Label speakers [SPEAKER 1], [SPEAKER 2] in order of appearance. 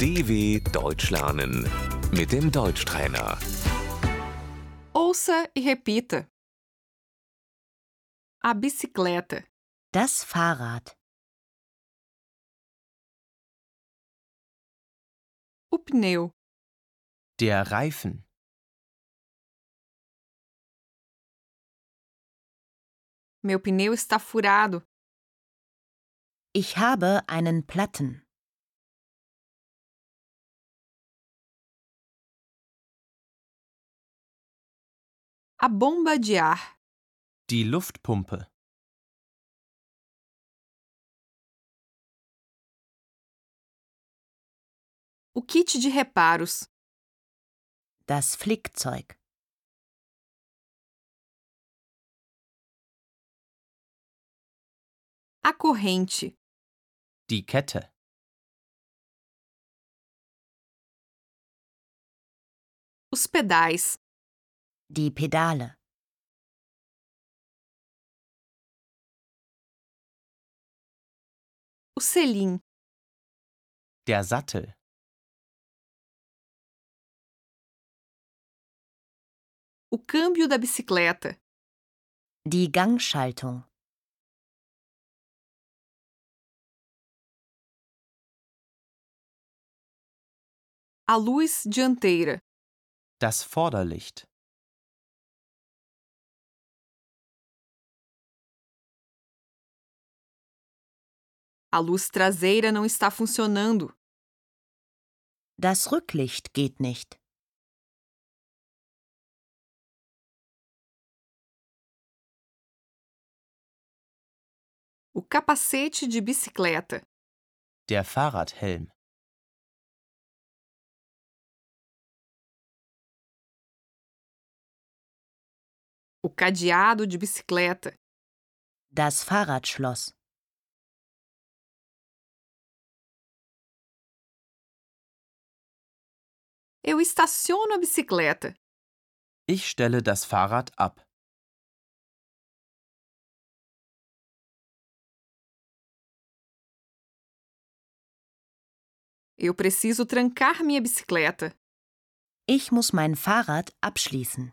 [SPEAKER 1] DW Deutsch lernen mit dem Deutschtrainer.
[SPEAKER 2] Ouça e repita. A bicicleta,
[SPEAKER 3] Das Fahrrad,
[SPEAKER 2] o pneu,
[SPEAKER 4] Der Reifen,
[SPEAKER 2] meu pneu está furado,
[SPEAKER 3] ich habe einen Platten,
[SPEAKER 2] a bomba de ar,
[SPEAKER 4] die Luftpumpe,
[SPEAKER 2] o kit de reparos,
[SPEAKER 3] das Flickzeug,
[SPEAKER 2] a corrente,
[SPEAKER 4] die Kette,
[SPEAKER 2] os pedais,
[SPEAKER 3] die Pedale,
[SPEAKER 2] o selim,
[SPEAKER 4] der Sattel,
[SPEAKER 2] o câmbio da bicicleta,
[SPEAKER 3] die Gangschaltung,
[SPEAKER 2] a luz dianteira,
[SPEAKER 4] das Vorderlicht,
[SPEAKER 2] a luz traseira não está funcionando,
[SPEAKER 3] das Rücklicht geht nicht,
[SPEAKER 2] o capacete de bicicleta,
[SPEAKER 4] der Fahrradhelm.
[SPEAKER 2] o cadeado de bicicleta,
[SPEAKER 3] das Fahrradschloss,
[SPEAKER 2] eu estaciono a bicicleta,
[SPEAKER 4] Ich stelle das Fahrrad ab.
[SPEAKER 2] eu preciso trancar minha bicicleta.
[SPEAKER 3] ich muss mein Fahrrad abschließen.